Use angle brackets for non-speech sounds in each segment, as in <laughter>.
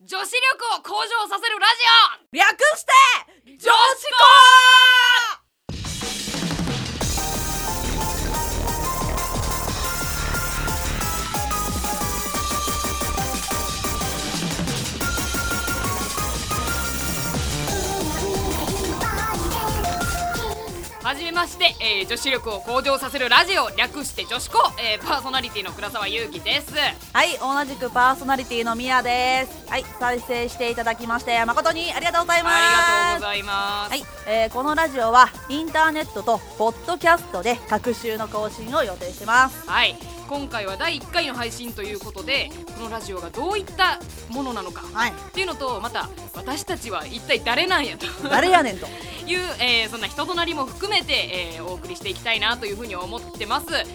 女子力を向上させるラジ略してオ女子校はじめまして、えー女子力を向上させるラジオ略して女子校、えーパーソナリティの倉沢優希ですはい同じくパーソナリティのミヤですはい再生していただきまして誠にありがとうございますありがとうございます、はい、えーこのラジオはインターネットとポッドキャストで各週の更新を予定してますはい、今回は第1回の配信ということでこのラジオがどういったものなのかはいっていうのとまた私たちは一体誰なんやと誰やね <laughs> んという、えーそんな人となりも含めて、えーお送りしていきたいなというふうに思ってますはい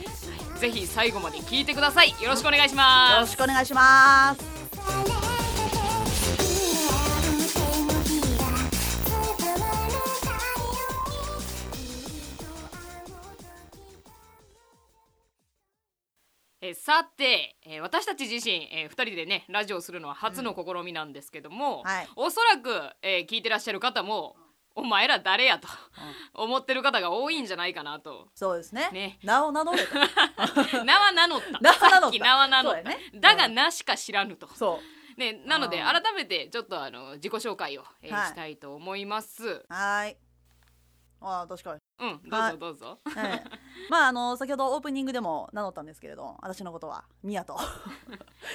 ぜひ最後まで聞いてくださいよろしくお願いしよまろすしくお願いしますえーさて、えー私たち自身、え2人でねラジオをするのは初の試みなんですけども、はいおそらく、えー聞いてらっしゃる方もお前ら誰やと思ってる方が多いんじゃないかなとそうですねね名を名乗れと <laughs> 名は名乗った名は名乗ったさっき名は名乗った、そうやねだが名しか知らぬと、そうね、なのであ改ーめてちょっとあの自己紹介を、えーはいしたいと思いますはーいああ <laughs> 確かに、うんどうはいぞどうぞ、ええまああの先ほどオープニングでも名乗ったんですけれど私のことは <laughs> ミヤと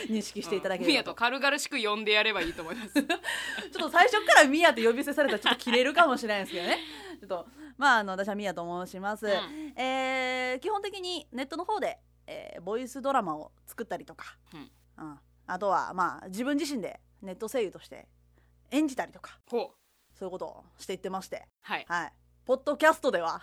認識していただけうんミれヤばとと軽々しく呼んでやればいいと思いますちょっと最初からミヤと呼び捨てされたらちょっと切れるかもしれないですけどね。 <laughs> ちょっとまああの私はミヤと申します。うんえー基本的にネットの方で、えーボイスドラマを作ったりとか、うんうんあとはまあ自分自身でネット声優として演じたりとかほうそういうことをしていってまして、はいはい、ポッドキャストで <laughs> は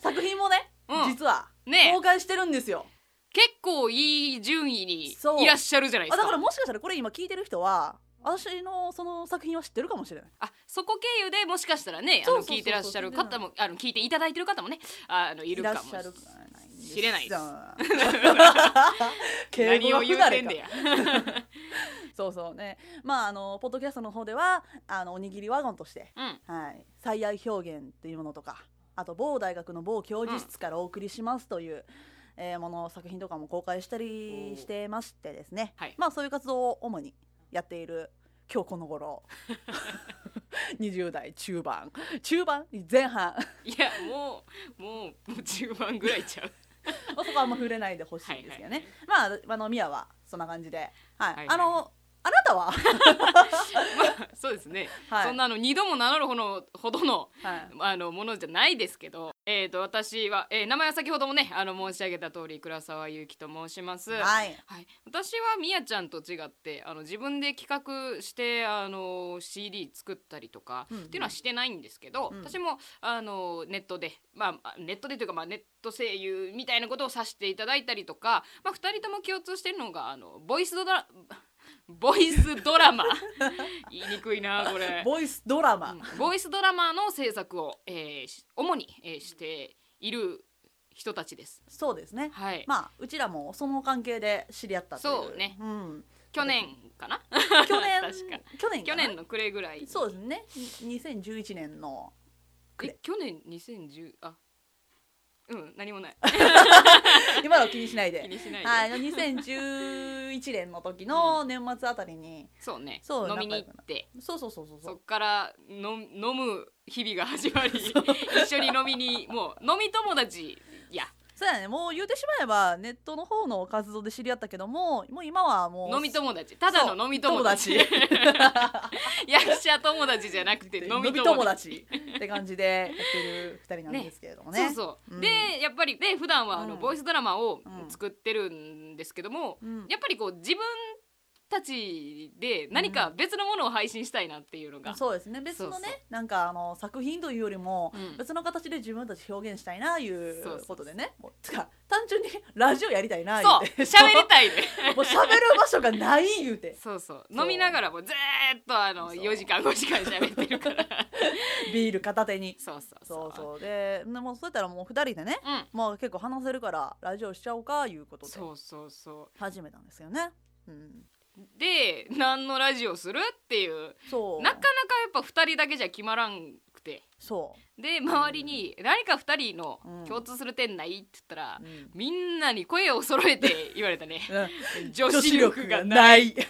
作品もね、うん実はねえ公開してるんですよ。結構いい順位にそういらっしゃるじゃないですあだかからもしかしたらこれ今聞いてる人は私のその作品は知ってるかもしれない。あそこ経由でもしかしたらねあそうのそうそうそう聞いてらっしゃる方もあの聞いていただいてる方もねあのいるかもしれない知知れないです <laughs> 敬 <laughs> 何語をが言不う慣てれんか <laughs> でやそうそうねまああのポッドキャストの方ではあのおにぎりワゴンとして、うんはい、最愛表現っていうものとかあと某大学の某教授室からお送りしますという、えーもの作品とかも公開したりしてましてですね、おーはいまあそういう活動を主にやっている今日この頃 <laughs> 20代中盤中盤前 <laughs> 半いやもうもうもう10万ぐらいちゃうまあそこはあんま触れないでほしいんですよね。まあ、あの、ミヤはそんな感じで。はい。いはいあの、あなたは、まあそうですね、はいそんなあの2度も名乗るほどほどのはいあのものじゃないですけど、えー、と私は、えー名前は先ほどもねあの申し上げた通り倉沢ゆうきと申します。はい。はい、私はみやちゃんと違ってあの自分で企画してあの CD 作ったりとか、うんうんっていうのはしてないんですけど、うん私もあのネットで、まあ、ネットでというか、まあ、ネット声優みたいなことをさせていただいたりとか、まあ、2人とも共通してるのがあのボイスドラ <laughs> ボイスドラ <laughs> マ言いにくいなこれボイスドラマ。うんボイスドラマの制作を、えーし主に、えーしている人たちです。そうですね。はい、まあ、うちらもその関係で知り合ったという。そうね <laughs> うん。去年かな去年、確か去年去かな年の暮れぐらいそうですね。に2011年の。暮れえ去年2010あうん何も <laughs> ない今の気にしない気で。にしないで、はい。2011年の時の年末あたりに、そうねそう飲みに行ってそうそうそうそうそそうっ。からの飲む日々が始 <laughs> まり一緒に飲みにもう飲み友達いやそうやね。もう言うてしまえば、ネットの方の活動で知り合ったけども、もう今はもう。飲み友達ただの飲み友達そう友役者友達じゃなくて飲 <laughs> 飲みみ友友達達って感じでやってる二人なんですけれどもねそうそう、うんでやっぱりで普段はあの、うんボイスドラマをうん作ってるんですけども、うんやっぱりこう自分たちで何か別のものを配信したいなっていうのが、そうですね別のねそうそなんかあの作品というよりも、うん別の形で自分たち表現したいないうそうそうことでねもうつか単純にラジオやりたいな言そうて喋りたいね <laughs> もう喋る場所がない言うてそうそうそう飲みながらもずーっとあのそう4時間5時間喋ってるから <laughs> ビール片手にそうそうそそううそうででもそうやったらもう二人でねうんもう結構話せるからラジオしちゃおうかいうことでそうそうそう始めたんですよねうんで何のラジオするっていうそうなかなかやっぱ2人だけじゃ決まらんくてそで周りに何か2人のうん共通する点ないって言ったらう、、 <laughs> うんみんなに声を揃えて言われた <laughs> ね女女子子力力ががないない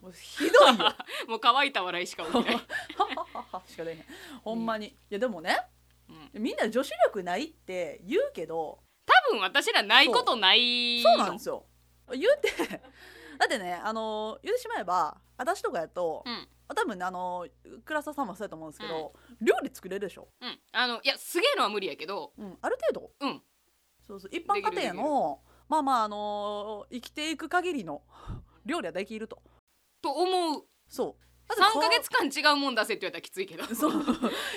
もうひどいよもう乾いた笑いしか起き <laughs> ない、しか出へんほんまに、いやでもねうんみんな女子力ないって言うけど多分私らないことないそうなんですすよ言うて <laughs> だってねあの言ってしまえば私とかやと、うん多分ねあの倉沢さんもそうやと思うんですけど、料理作れるでしょ、うんあのいやすげえのは無理やけどうん、ある程度、うんそうそう一般家庭できるできのまあまああの生きていく限りの <laughs> 料理はできるとと思うそうだって3か月間違うもん出せって言われたらきつい <laughs> けどそう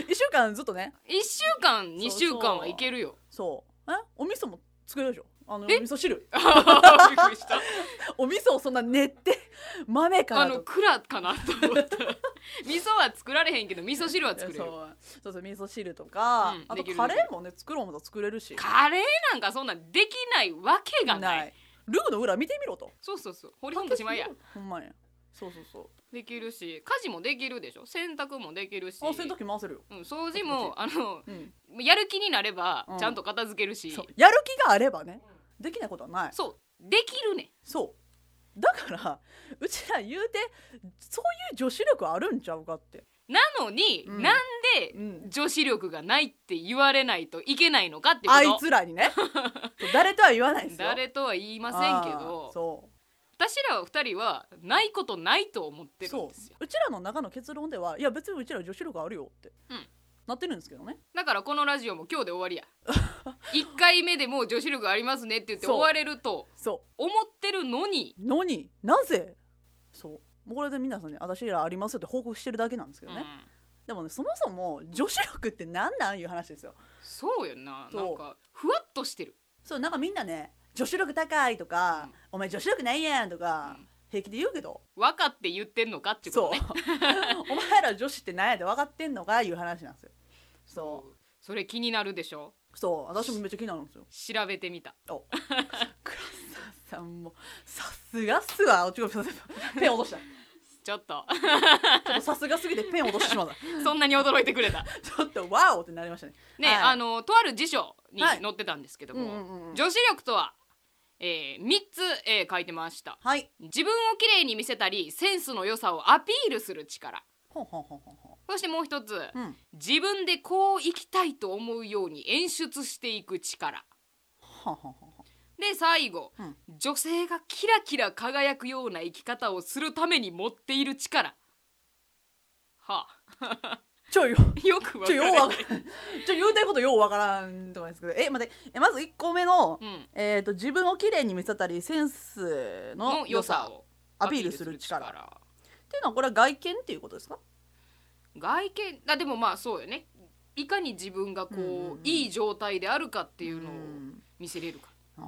一週間ずっとね1週間2週間はいけるよそうえお味噌も作れるでしょあのおえ味噌汁びっくりした <laughs> お味噌をそんな練って豆かあらのと蔵かなと思 <laughs> った味噌は作られへんけど味噌汁は作れそるうそうそう味噌汁とか、うんあでときるカレーもね作ろうもの作れるしカレーなんかそんなんできないわけがないないルーの裏見てみろとそうそうそう掘り込んでしまいやほんまやそうそうそできるし家事もできるでしょ洗濯もできるしうあ洗濯機回せるよ、うん、掃除もあのうん、やる気になればうんちゃんと片付けるし、そうやる気があればねできないことはないそうできるねそうだからうちら言うてそういう女子力あるんちゃうかって、なのに、うんなんうでん、女子力がないって言われないといけないのかってあいことつらに <laughs> ねそう誰とは言わないですよ誰とは言いませんけどあーそう私ら二人はないことないと思ってるんですよそううちらの中の結論ではいや別にうちら女子力あるよって、うんなってるんですけどねだからこのラジオも今日で終わりや1 <laughs> 回目でもう女子力ありますねって言ってそう終われるとそ思ってるのにうのになぜそうもうこれで皆さんに私らありますよって報告してるだけなんですけどね、うんでもねそもそも女子力って何なんいう話ですよそうやんなそうなんかふわっとしてるそうなんかみんなね女子力高いとか、うんお前女子力ないやんとか、うん平気で言うけど分かって言ってんのかってことそう <laughs> ねお前ら女子って何やで分かってんのかいう話なんですよそそうそれ気になるでしょうそう私もめっちゃ気になるんですよ調べてみたお倉沢さんもさすがっすわあちょっと待ってペン落としたちょっと <laughs> ちょっとさすがすぎてペン落としてしまったそんなに驚いてくれたちょっとワオってなりましたねね、はいあのとある辞書にはい載ってたんですけども、うんうんうん女子力とは、えー、3つ、えー書いてましたはい自分をきれいに見せたりセンスの良さをアピールする力ほんほんほんほんほそしてもう一つ、んうん自分でこう生きたいと思うように演出していく力ほんほんほんほんで最後、うん女性がキラキラ輝くような生き方をするために持っている力はあ <laughs> ちょよよくわちかょるようわからんちょ言うてることようわからんとかですけどえ待ってえまず1個目の、うんえー、と自分を綺麗に見せたりセンスのの良さををアピールする力アピールする力っていうのはこれは外見っていうことですか外見あでもまあそうよねいかに自分がこう、うんうんうんいい状態であるかっていうのをん見せれるか、あ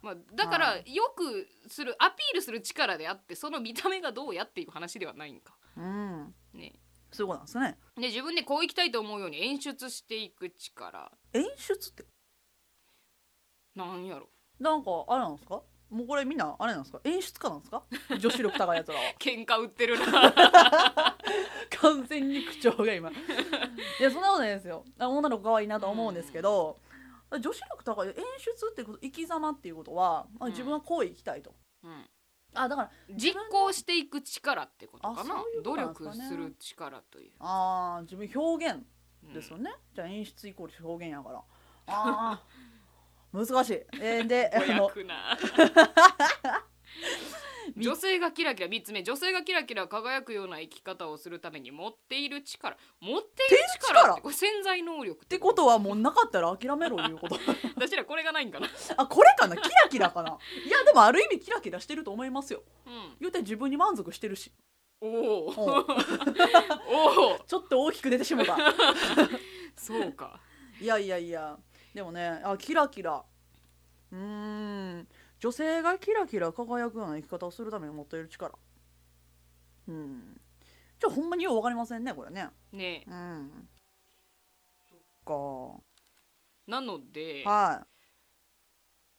ーまあ、だから、はよくするアピールする力であってその見た目がどうやっていう話ではないんかうんねそういうことなんですねで自分でこういきたいと思うように演出していく力演出ってなんやろなんかあれなんですかもうこれみんなあれなんですか演出家なん <laughs> ですか女子力高いやつらは喧嘩売ってる <laughs> な完全に口調が今 <laughs> いやそんなことないですよあ女の子可愛いなとは思うんですけど、女子力高い演出ってこと生き様っていうことは、あうん自分はこう生きたいとうんあだから実行していく力ってことかなあそういう努ことなんです力かねする力という、あー自分表現うんですよね、じゃあ演出イコール表現や <laughs> からあー難しい、え <laughs> ーで子あの役な <laughs> 女性がキラキラ3つ目女性がキラキラ輝くような生き方をするために持っている力持っている力って持っている力これ潜在能力っってことはもうなかったら諦めろいうこと <laughs> 私らこれがないんかな、あこれかなキラキラかないやでもある意味キラキラしてると思いますようん、言うて自分に満足してるしおおおう <laughs> おおちょっと大きく出てしまったそうか <laughs> いやいやいやでもねあキラキラうーん女性がキラキラ輝くような生き方をするために持っている力うんじゃあほんまによう分かりませんねこれねねえうんそっなのでかは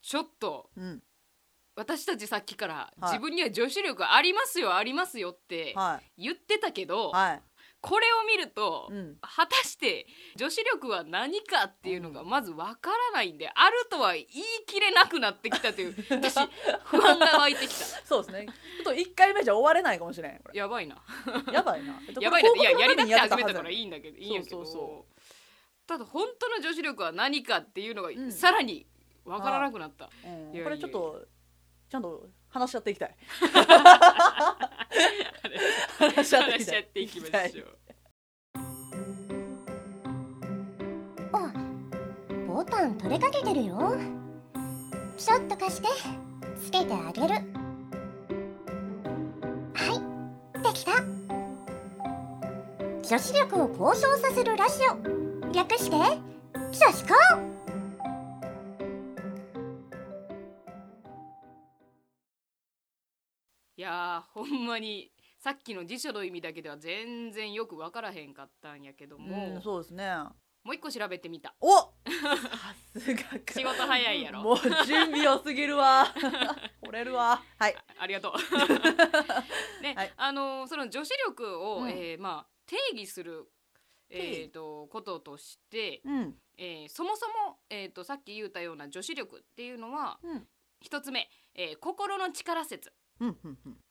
ちょっというん私たちさっきから、はい自分には女子力ありますよありますよっては言ってたけど、いはいこれを見ると、うん果たして女子力は何かっていうのがまずわからないんで、あるとは言い切れなくなってきたと <laughs> いう私不安が湧いてきたそうですねちょっと1回目じゃ終われないかもしれんこれやばいな <laughs> やばいなえっとやばいなっこていれややり広た告くのて始めたかためにやってのらにいいんだけどいいんやけどそうそうそただ本当の女子力は何かっていうのが、んさらにわからなくなったうんいやいやいやこれちょっとちゃんと話し合っていきたい話し合ってい話しきた合いっていきましょうボタン取れかけてるよちょっと貸してつけてあげるはいできた女子力を向上させるラジオ略して女子校いやーほんまにさっきの辞書の意味だけでは全然よくわからへんかったんやけども、うんそうですねもう一個調べて <laughs> みたお <laughs> さすがか仕事早いやろもう準備良すぎるわ折れる <laughs> わはいありがと <laughs> う。ね、はいあのーその女子力を、うんえーまあ定義する。定義えー、とこととして、うんえーそもそも、えー、とさっき言ったような女子力っていうのはうん一つ目、えー心の力説うんうんうん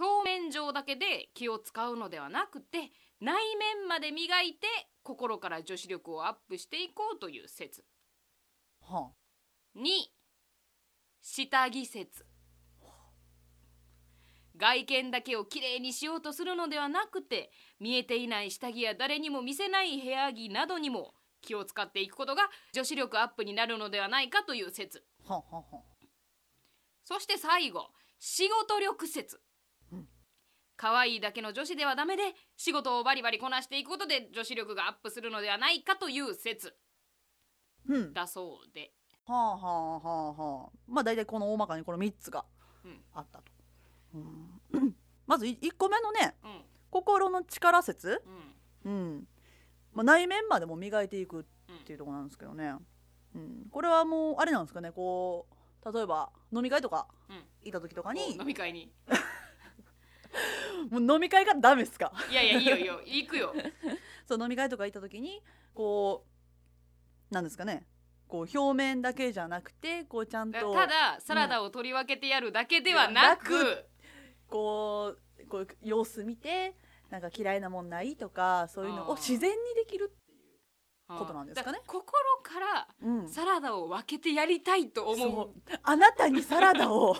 表面上だけで気を使うのではなくて内面まで磨いて心から女子力をアップしていこうという説は2下着説外見だけをきれいにしようとするのではなくて見えていない下着や誰にも見せない部屋着などにも気を使っていくことが女子力アップになるのではないかという説あはあはあはそして最後仕事力説うん可愛いだけの女子ではダメで仕事をバリバリこなしていくことで女子力がアップするのではないかという説あうんだそうではあはあはあはあまあ大体この大まかにこの3つがうんあったと、うんまず1個目のねうん心の力説、うんうんまあ、内面までも磨いていくっていうところなんですけどね、うん、これはもうあれなんですかねこう例えば飲み会とかうん行った時とかおに飲み会にもう飲み会がダメっすか <laughs> いやいやいいよいいよ行くよそう飲み会とか行った時にこうなんですかねこう表面だけじゃなくてこうちゃんだとただサラダを取り分けてやるだけではなく、うんこうこう様子見てなんか嫌いなもんないとかそういうのをあー自然にできる、うんことなんですかねだら心からうん、サラダを分けてやりたいと思うそうあなたにサラダを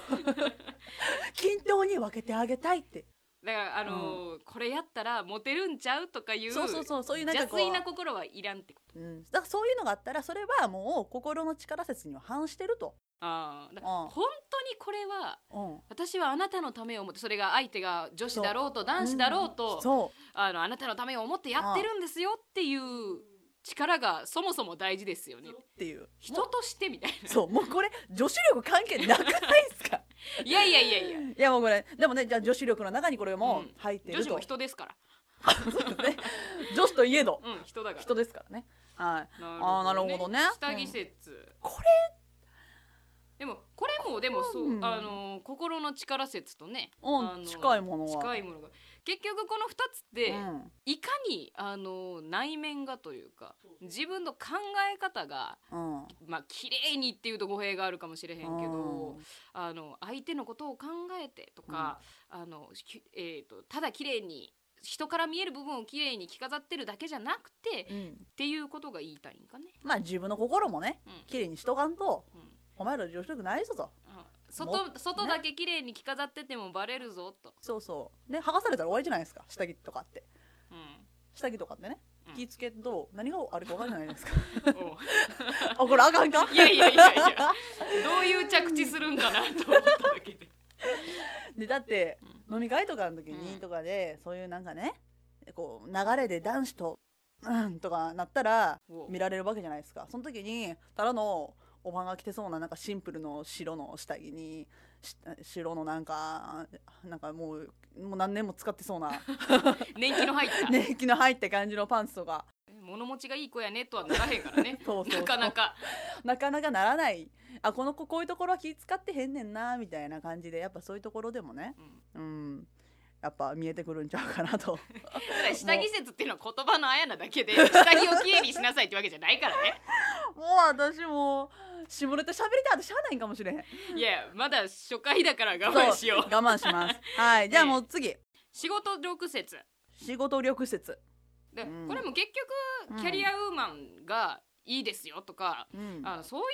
<laughs> 均等に分けてあげたいってだからあのーこれやったらモテるんちゃうとかいうそうそうそうそういうなんかこう邪推な心はいらんってことうん、だからそういうのがあったらそれはもう心の力説には反してると、あーだうん本当にこれはうん、私はあなたのためを思ってそれが相手が女子だろうと男子だろうと、そあのあなたのためを思ってやってるんですよっていう力がそもそも大事ですよねうっていう人としてみたいなそうもうこれ女子力関係なくないです <laughs> かいやいやいやいやいやもうこれでもねじゃあ女子力の中にこれもうん入って女る子と、も人ですからそうですね <laughs> 女子といえどうん人だから人ですからねはいあーなるほどね下着説。これでもこれもでもそう、うんあのー心の力説とね、うんあのー近いものは近いものが結局この2つって、うんいかにあのー内面がというか自分の考え方がうんまあ綺麗にっていうと語弊があるかもしれへんけど、うあの相手のことを考えてとか、あのきえー、とただ綺麗に人から見える部分を綺麗に着飾ってるだけじゃなくてっうんていうことが言いたいんかね。まあ自分の心もねうん綺麗にしとかんとうんお前ら女子力ないぞとあも外外だけ綺麗に着飾っててもバレるぞと、そうそうね剥がされたら終わりじゃないですか下着とかってうん下着とかってねうん気ぃつけんと何があるか分かんないじゃないですか <laughs> おうあこれあかんかいやいやいやいやどういう着地するんかなと思っただけで、でだってう飲み会とかの時にうんとかで、そういうなんかねこう流れで男子とうんとかなったらおう見られるわけじゃないですかその時にただのおばが着てそうななんかシンプルの白の下着にし白のなんかなんかもうもう何年も使ってそうな年季の入った、 <laughs> 年季の入った感じのパンツとかも物持ちがいい子やねとはならへんからね <laughs> そうそうそうなかなかなかなかならないあこの子こういうところは気使ってへんねんなみたいな感じでやっぱそういうところでもねうんうんやっぱ見えてくるんちゃうかなとただ下着説っていうのは言葉のあやなだけで下着をきれいにしなさいってわけじゃないからねもう私も下ネタ喋りたいってしゃあないんかもしれへんいやまだ初回だから我慢しよそう我慢しますはいじゃあもう次仕事力説仕事力説で、うんこれも結うん局キャリアウーマンがいいですよとか、うんあのそういう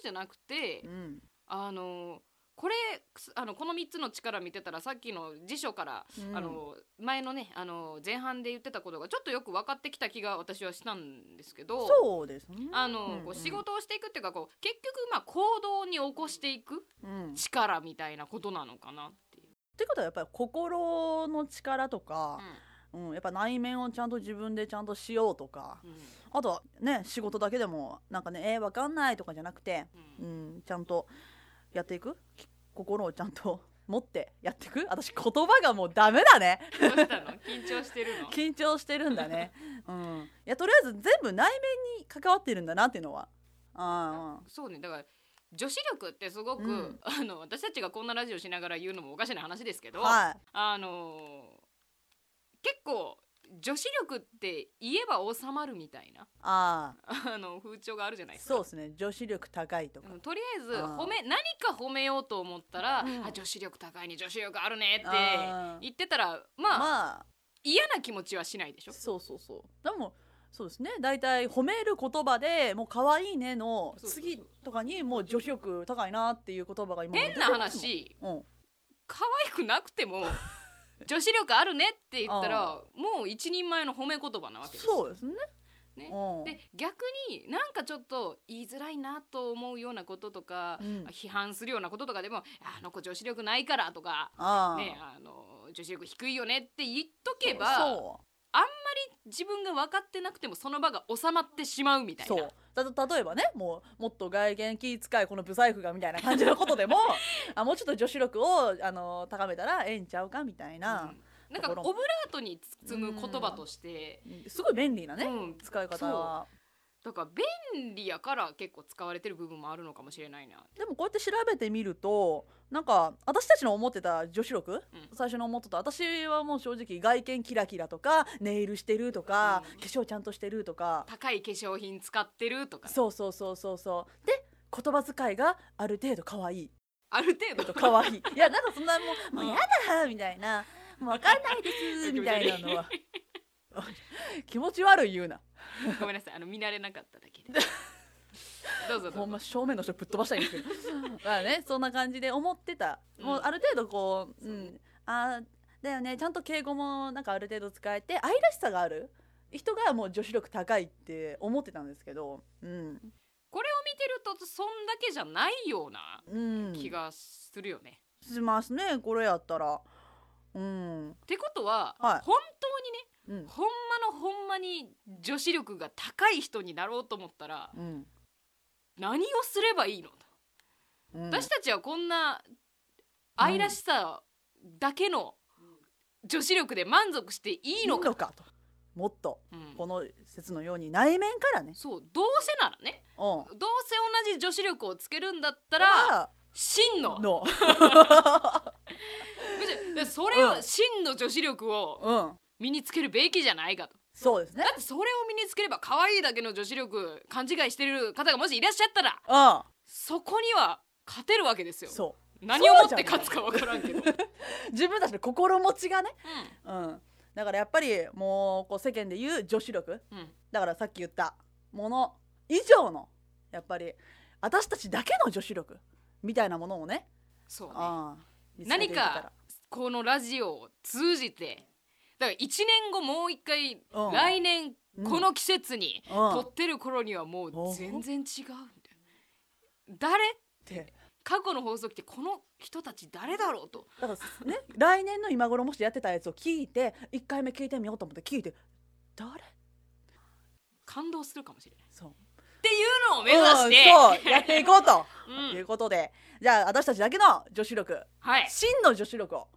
話じゃなくて、うんあのこれすあのこの3つの力見てたらさっきの辞書から、うんあの前のねあの前半で言ってたことがちょっとよく分かってきた気が私はしたんですけどそうですねあの、うんこうんう仕事をしていくっていうかこう結局まあ行動に起こしていくうん力みたいなことなのかなっていう。ってことはやっぱり心の力とうか、んうんやっぱ内面をちゃんと自分でちゃんとしようとかうんあとはね仕事だけでもなんかねえー、わかんないとかじゃなくて、うんうん、ちゃんとやっていくき心をちゃんと <laughs> 持ってやっていく私言葉がもうダメだねどうしたの緊張して <laughs> るの緊張してるんだね、うん、いやとりあえず全部内面に関わってるんだなっていうのはあそうねだから女子力ってすごく、うんあの私たちがこんなラジオしながら言うのもおかしな話ですけあど、はいあのー結構女子力って言えば収まるみたいな <laughs> ああの風潮があるじゃないーですか。そうですね女子力高いとかあのとりあえずあー褒め何か褒めようと思ったら、うんあ女子力高いに女子力あるねってあー言ってたらまあ、まあ嫌な気持ちはしないでしょ。そうそうそうでもそうですね大体褒める言葉でもう可愛いねのそうそうそう次とかにもう女子力高いなっていう言葉が今変な話うん可愛くなくて <laughs> も女子力あるねって言ったらもう一人前の褒め言葉なわけですよそうですねねうんで逆になんかちょっと言いづらいなと思うようなこととか、うん批判するようなこととかでも「あの子女子力ないから」とか、ああね、あの女子力低いよねって言っとけばそ自分が分かってなくてもその場が収まってしまうみたういそなうだと例えばねもうもっと外見気使いこの不細工がみたいな感じのこ <laughs> とでもあもうちょっと女子力をあの高めたらええんちゃうかみたいなう、んなんかオブラートに包む言葉として、すごい便利なね、うん使い方はだから便利やから結構使われてる部分もあるのかもしれないな。でもこうやって調べてみるとなんか私たちの思ってた女子力、ん最初に思ってた私はもう正直外見キラキラとかネイルしてるとか、うん化粧ちゃんとしてるとか、高い化粧品使ってるとかそうそうそうそうそうで言葉遣いがある程度可愛いある程と度可 <laughs> 愛いいやなんかそんなもう「もううんやだ!」みたいな「もう分かんないです」みたいなのは気持ち悪い言うな <laughs> ごめんなさい、あの見慣れなかっただけ <laughs> で。どうぞどうぞ。ほんま正面の人ぶっ飛ばしたいんです <laughs> けどだからねそんな感じで思ってた、もうある程度こう、う、そうんあーだよねちゃんと敬語もなんかある程度使えて愛らしさがある人がもう女子力高いって思ってたんですけどうん、これを見てると、そんだけじゃないようなうん、気がするよね。しますねこれやったらうんってことは、はい本当うにんね、ほんまのほんまに女子力が高い人になろうと思ったら、うん何をすればいいの、うん私たちはこんな愛らしさだけの女子力で満足していいのいか。いともっとうんこの説のように内面からねそうどうせならねうんどうせ同じ女子力をつけるんだったらか真のらのむしろでそれうんを真の女子力をうん身につけるべきじゃないかとそうですねだってそれを身につければ可愛いだけの女子力勘違いしてる方がもしいらっしゃったらうんそこには勝てるわけですよそう何をもっそうじゃなてい勝つか分からんけど、自分たちの心持ちがね、うん、だからやっぱりもうこう世間で言う女子力うんうんだからさっき言ったもの以上のやっぱり私たちだけの女子力みたいなものをねそうねああ見つけてい何けたらかこのラジオを通じてだから1年後もう一回、うん来年うんこの季節に、うん撮ってる頃にはもおう全然違うみたいな誰って過去の放送来てこの人たち誰だろうとだからね来年の今頃もしやってたやつを聞いて1回目聞いてみようと思って聞いて誰感動するかもしれないそうっていうのを目指して、うんそうやっていこうと、うん <laughs> ということでじゃあ私たちだけの女子力はい、真の女子力を、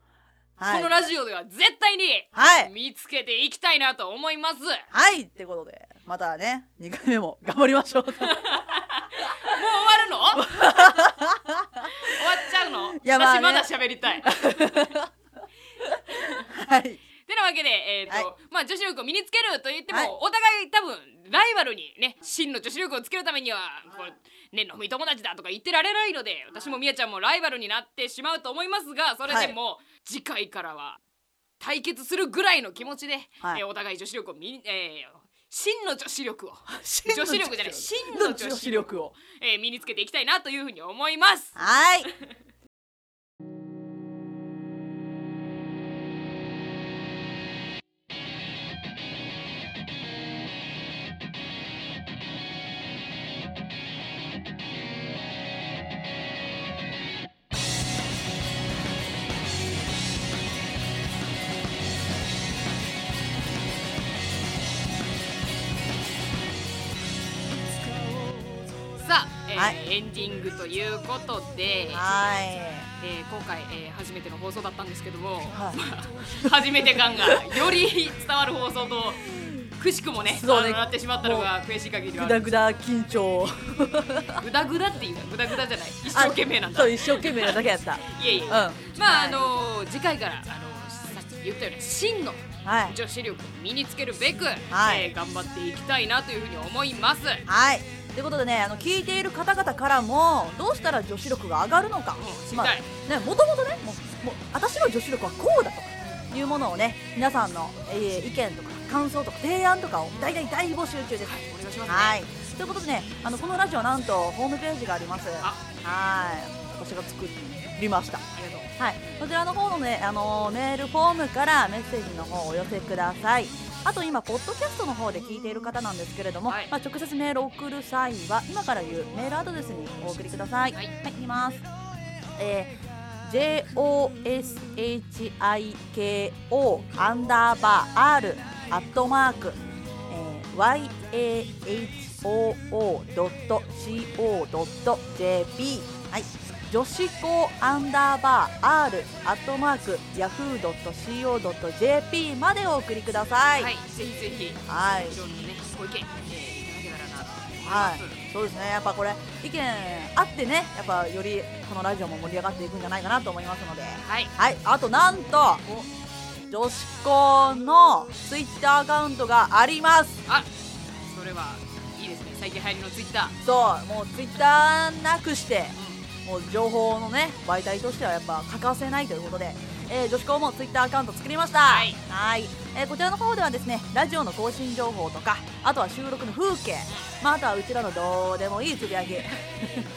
はい、このラジオでは絶対にはい見つけていきたいなと思います。はいってことでまたね2回目も頑張りまし <laughs> ょうもう終わ <laughs> るの <laughs> 終わっちゃうのいやまあね私まだ喋りた <laughs> い。はいてなわけで、えーとはいまあ、女子力を身につけると言っても、はいお互い多分ライバルにね真の女子力をつけるためにはこう、ね、飲み友達だとか言ってられないので私もみやちゃんもライバルになってしまうと思いますがそれでも、次回からは対決するぐらいの気持ちで、はいえーお互い女子力を身に、えー真の女子力を真女子力じゃない真の女子力を、えー身につけていきたいなというふうに思います。はいさあ、えーはエンディングということで、はいえー今回、えー初めての放送だったんですけども、は <laughs> い初めて感がより伝わる放送とくしくもねそうねあのなってしまったのが悔しい限りではグあるダグダ緊張グダグダっていうかグダグダじゃない一生懸命なんだそうい一生懸命なだけやったえいえ、うんまあはいあのー次回からあのーさっき言ったように真のはい女子力を身につけるべく、はいえー頑張っていきたいなというふうに思いますもうはいということでねあの聞いている方々からもどうしたら女子力が上がるのか知りたい、ね、もともとねもうもう私の女子力はこうだとかいうものをね皆さんの、えー意見とか感想とか提案とかを大々大募集中です。はいお願いしますねはいということでねあのこのラジオなんとホームページがあります。はいあ私が作りました。ありがとうはい、こちらの方のね、あのーメールフォームからメッセージの方をお寄せください。あと今、ポッドキャストの方で聞いている方なんですけれども、はいまあ、直接メールを送る際は、今から言うメールアドレスにお送りください。ははいい、いきます。えー joshiko アンダーバー r アットマーク、えー yahoo.co.jp はい女子校アンダーバー r アットマーク yahoo.co.jp までお送りくださいはい、ぜひぜひはい非常にねご意見、えー、いただけたらなと思いまはいす、そうですねやっぱこれ意見あってねやっぱよりこのラジオも盛り上がっていくんじゃないかなと思いますのではいはい、あとなんと女子校のツイッターアカウントがありますあそれはいいですね最近流行りのツイッター、そうもうツイッターなくしてうもう情報のね媒体としてはやっぱ欠かせないということで、えー女子校もツイッターアカウント作りましたはいはいえーこちらの方ではですねラジオの更新情報とかあとは収録の風景、まあ、あとはうちらのどうでもいいつぶやきん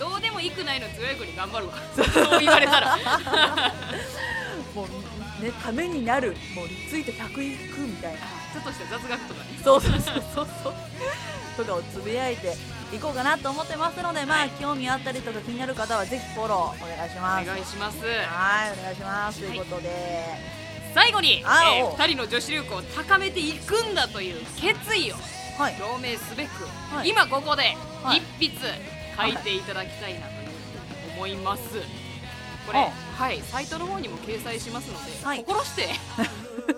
どうでもいいくないの強い子に頑張るわそう言われた <laughs> らもうねためになるもうリツイート100いくみたいなちょっとした雑学とかねそうそうそうそうそうとかをつぶやいていこうかなと思ってますので、まあ興味あったりとか気になる方はぜひフォローお願いしまおす。願いしますはいお願いします、ということで、最後に、えあー、お2人の女子力を高めていくんだという決意をはい表明すべく、はい今ここではい一筆書いていただきたいなというふうに思いますこれあはいサイトの方にも掲載しますので、はい心 <laughs> して書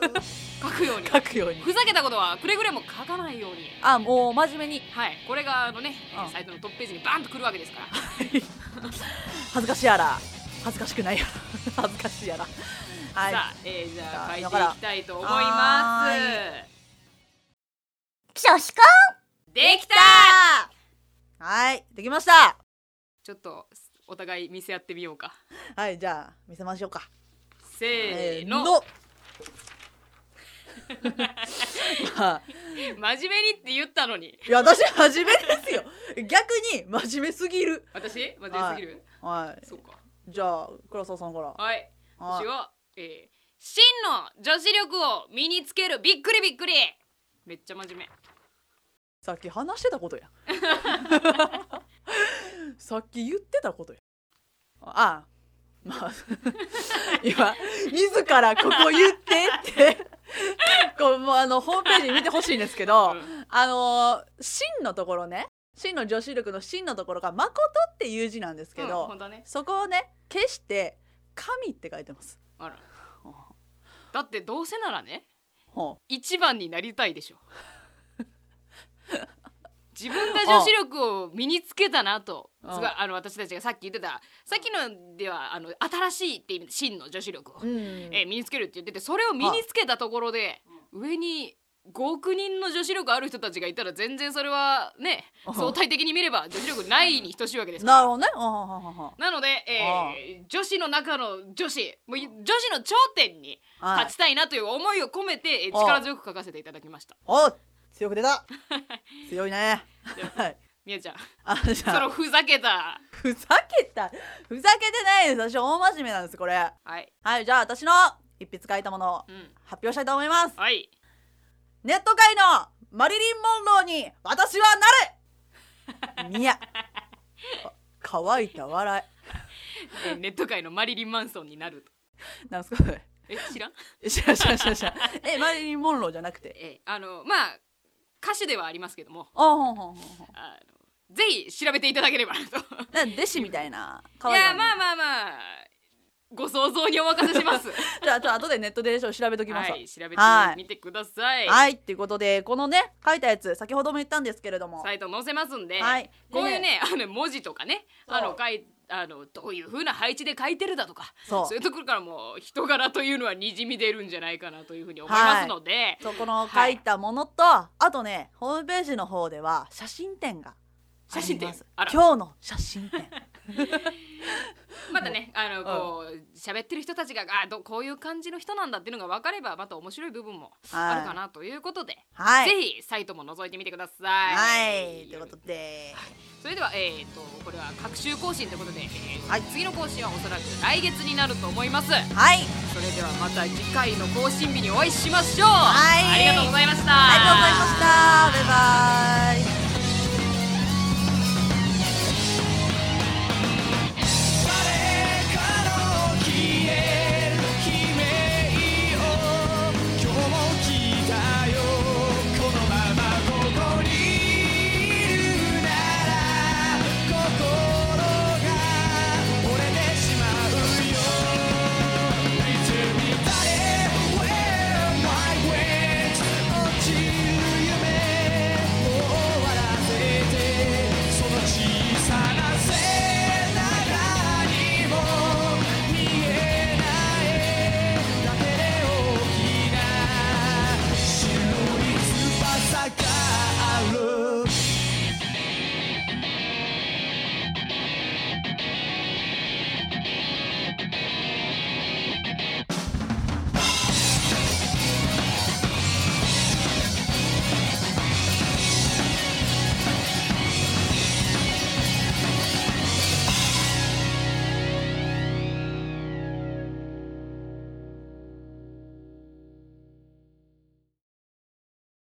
くように書くように。ふざけたことはくれぐれも書かないようにあもう真面目にはい、これがあのね、あサイトのトップページにバーンとくるわけですから。恥ずかしやら恥ずかしくないやら <laughs> 恥ずかしやら。はいさあ、えー、じゃあ書いていだからきたいと思います。女子校できたはいできました。ちょっとお互い見せ合ってみようか。はいじゃあ見せましょうか。せーの、のま <laughs> あ真面目にって言ったのに。いや私真面目ですよ逆に真面目すぎる私真面目すぎる、はいそうか。じゃあ黒沢さんからはい。はい私は、えー、真の女子力を身につけるびっくりびっくりめっちゃ真面目。さっき話してたことや <laughs> さっき言ってたことやああまあ <laughs> 今自らここ言ってってこうもうあのホームページ見てほしいんですけど、うんあのー真のところね真の女子力の真のところが「誠」っていう字なんですけうんど、本当はね。そこをね消して「神」って書いてます。あら。だってどうせならね、ほう一番になりたいでしょ。自分が女子力を身につけたなとすうんごいあの私たちがさっき言ってたさっきのではあの新しいって意味で真の女子力を、うんえー身につけるって言っててそれを身につけたところで上に5億人の女子力ある人たちがいたら全然それはねうん相対的に見れば女子力ないに等しいわけですからなるほどね。あはははなので、えー女子の中の女子もう女子の頂点にははい立ちたいなという思いを込めて、えーああ力強く書かせていただきましたおう強く <laughs> 出た強いね。はい。みやちゃんあじそゃあのふざけたふざけたふざけてないです私大真面目なんですこれはいはいじゃあ私の一筆書いたものをうん発表したいと思いますはいネット界のマリリン・モンローに私はなるいや <laughs> あ乾いた笑えーネット界のマリリン・マンソンになるといなんですかこれえ知 <laughs> らんえ知らん知らん知らん知らんえマリリン・モンローじゃな <laughs> くてえーあのまあ歌手ではありますけどもあほんほんほんほんあのぜひ調べていただければなとなんか弟子みたいない可愛いやわねまあまあまあご想像にお任せします <laughs> じゃあちょっと後でネットで調べときまはすわい調べてはいみてください、はいということでこのね書いたやつ先ほども言ったんですけれどもサイト載せますんで、はいこういうでねあの文字とかねそうあの書いあのどういう風な配置で書いてるだとかそういうところからもう人柄というのはにじみ出るんじゃないかなというふうに思いますので、そうこの書はいいたものと、あとねホームページの方では写真展があります写真展あら今日の写 <laughs> 真展またねあのこう喋ってる人たちがあどこういう感じの人なんだっていうのが分かればまた面白い部分もあるかなということで、はいぜひサイトも覗いてみてください。はいということでそれでは、えー、とこれは各週更新ということで、えーはい次の更新はおそらく来月になると思いますはいそれではまた次回の更新日にお会いしましょう、はいありがとうございましたありがとうございましたバイバイ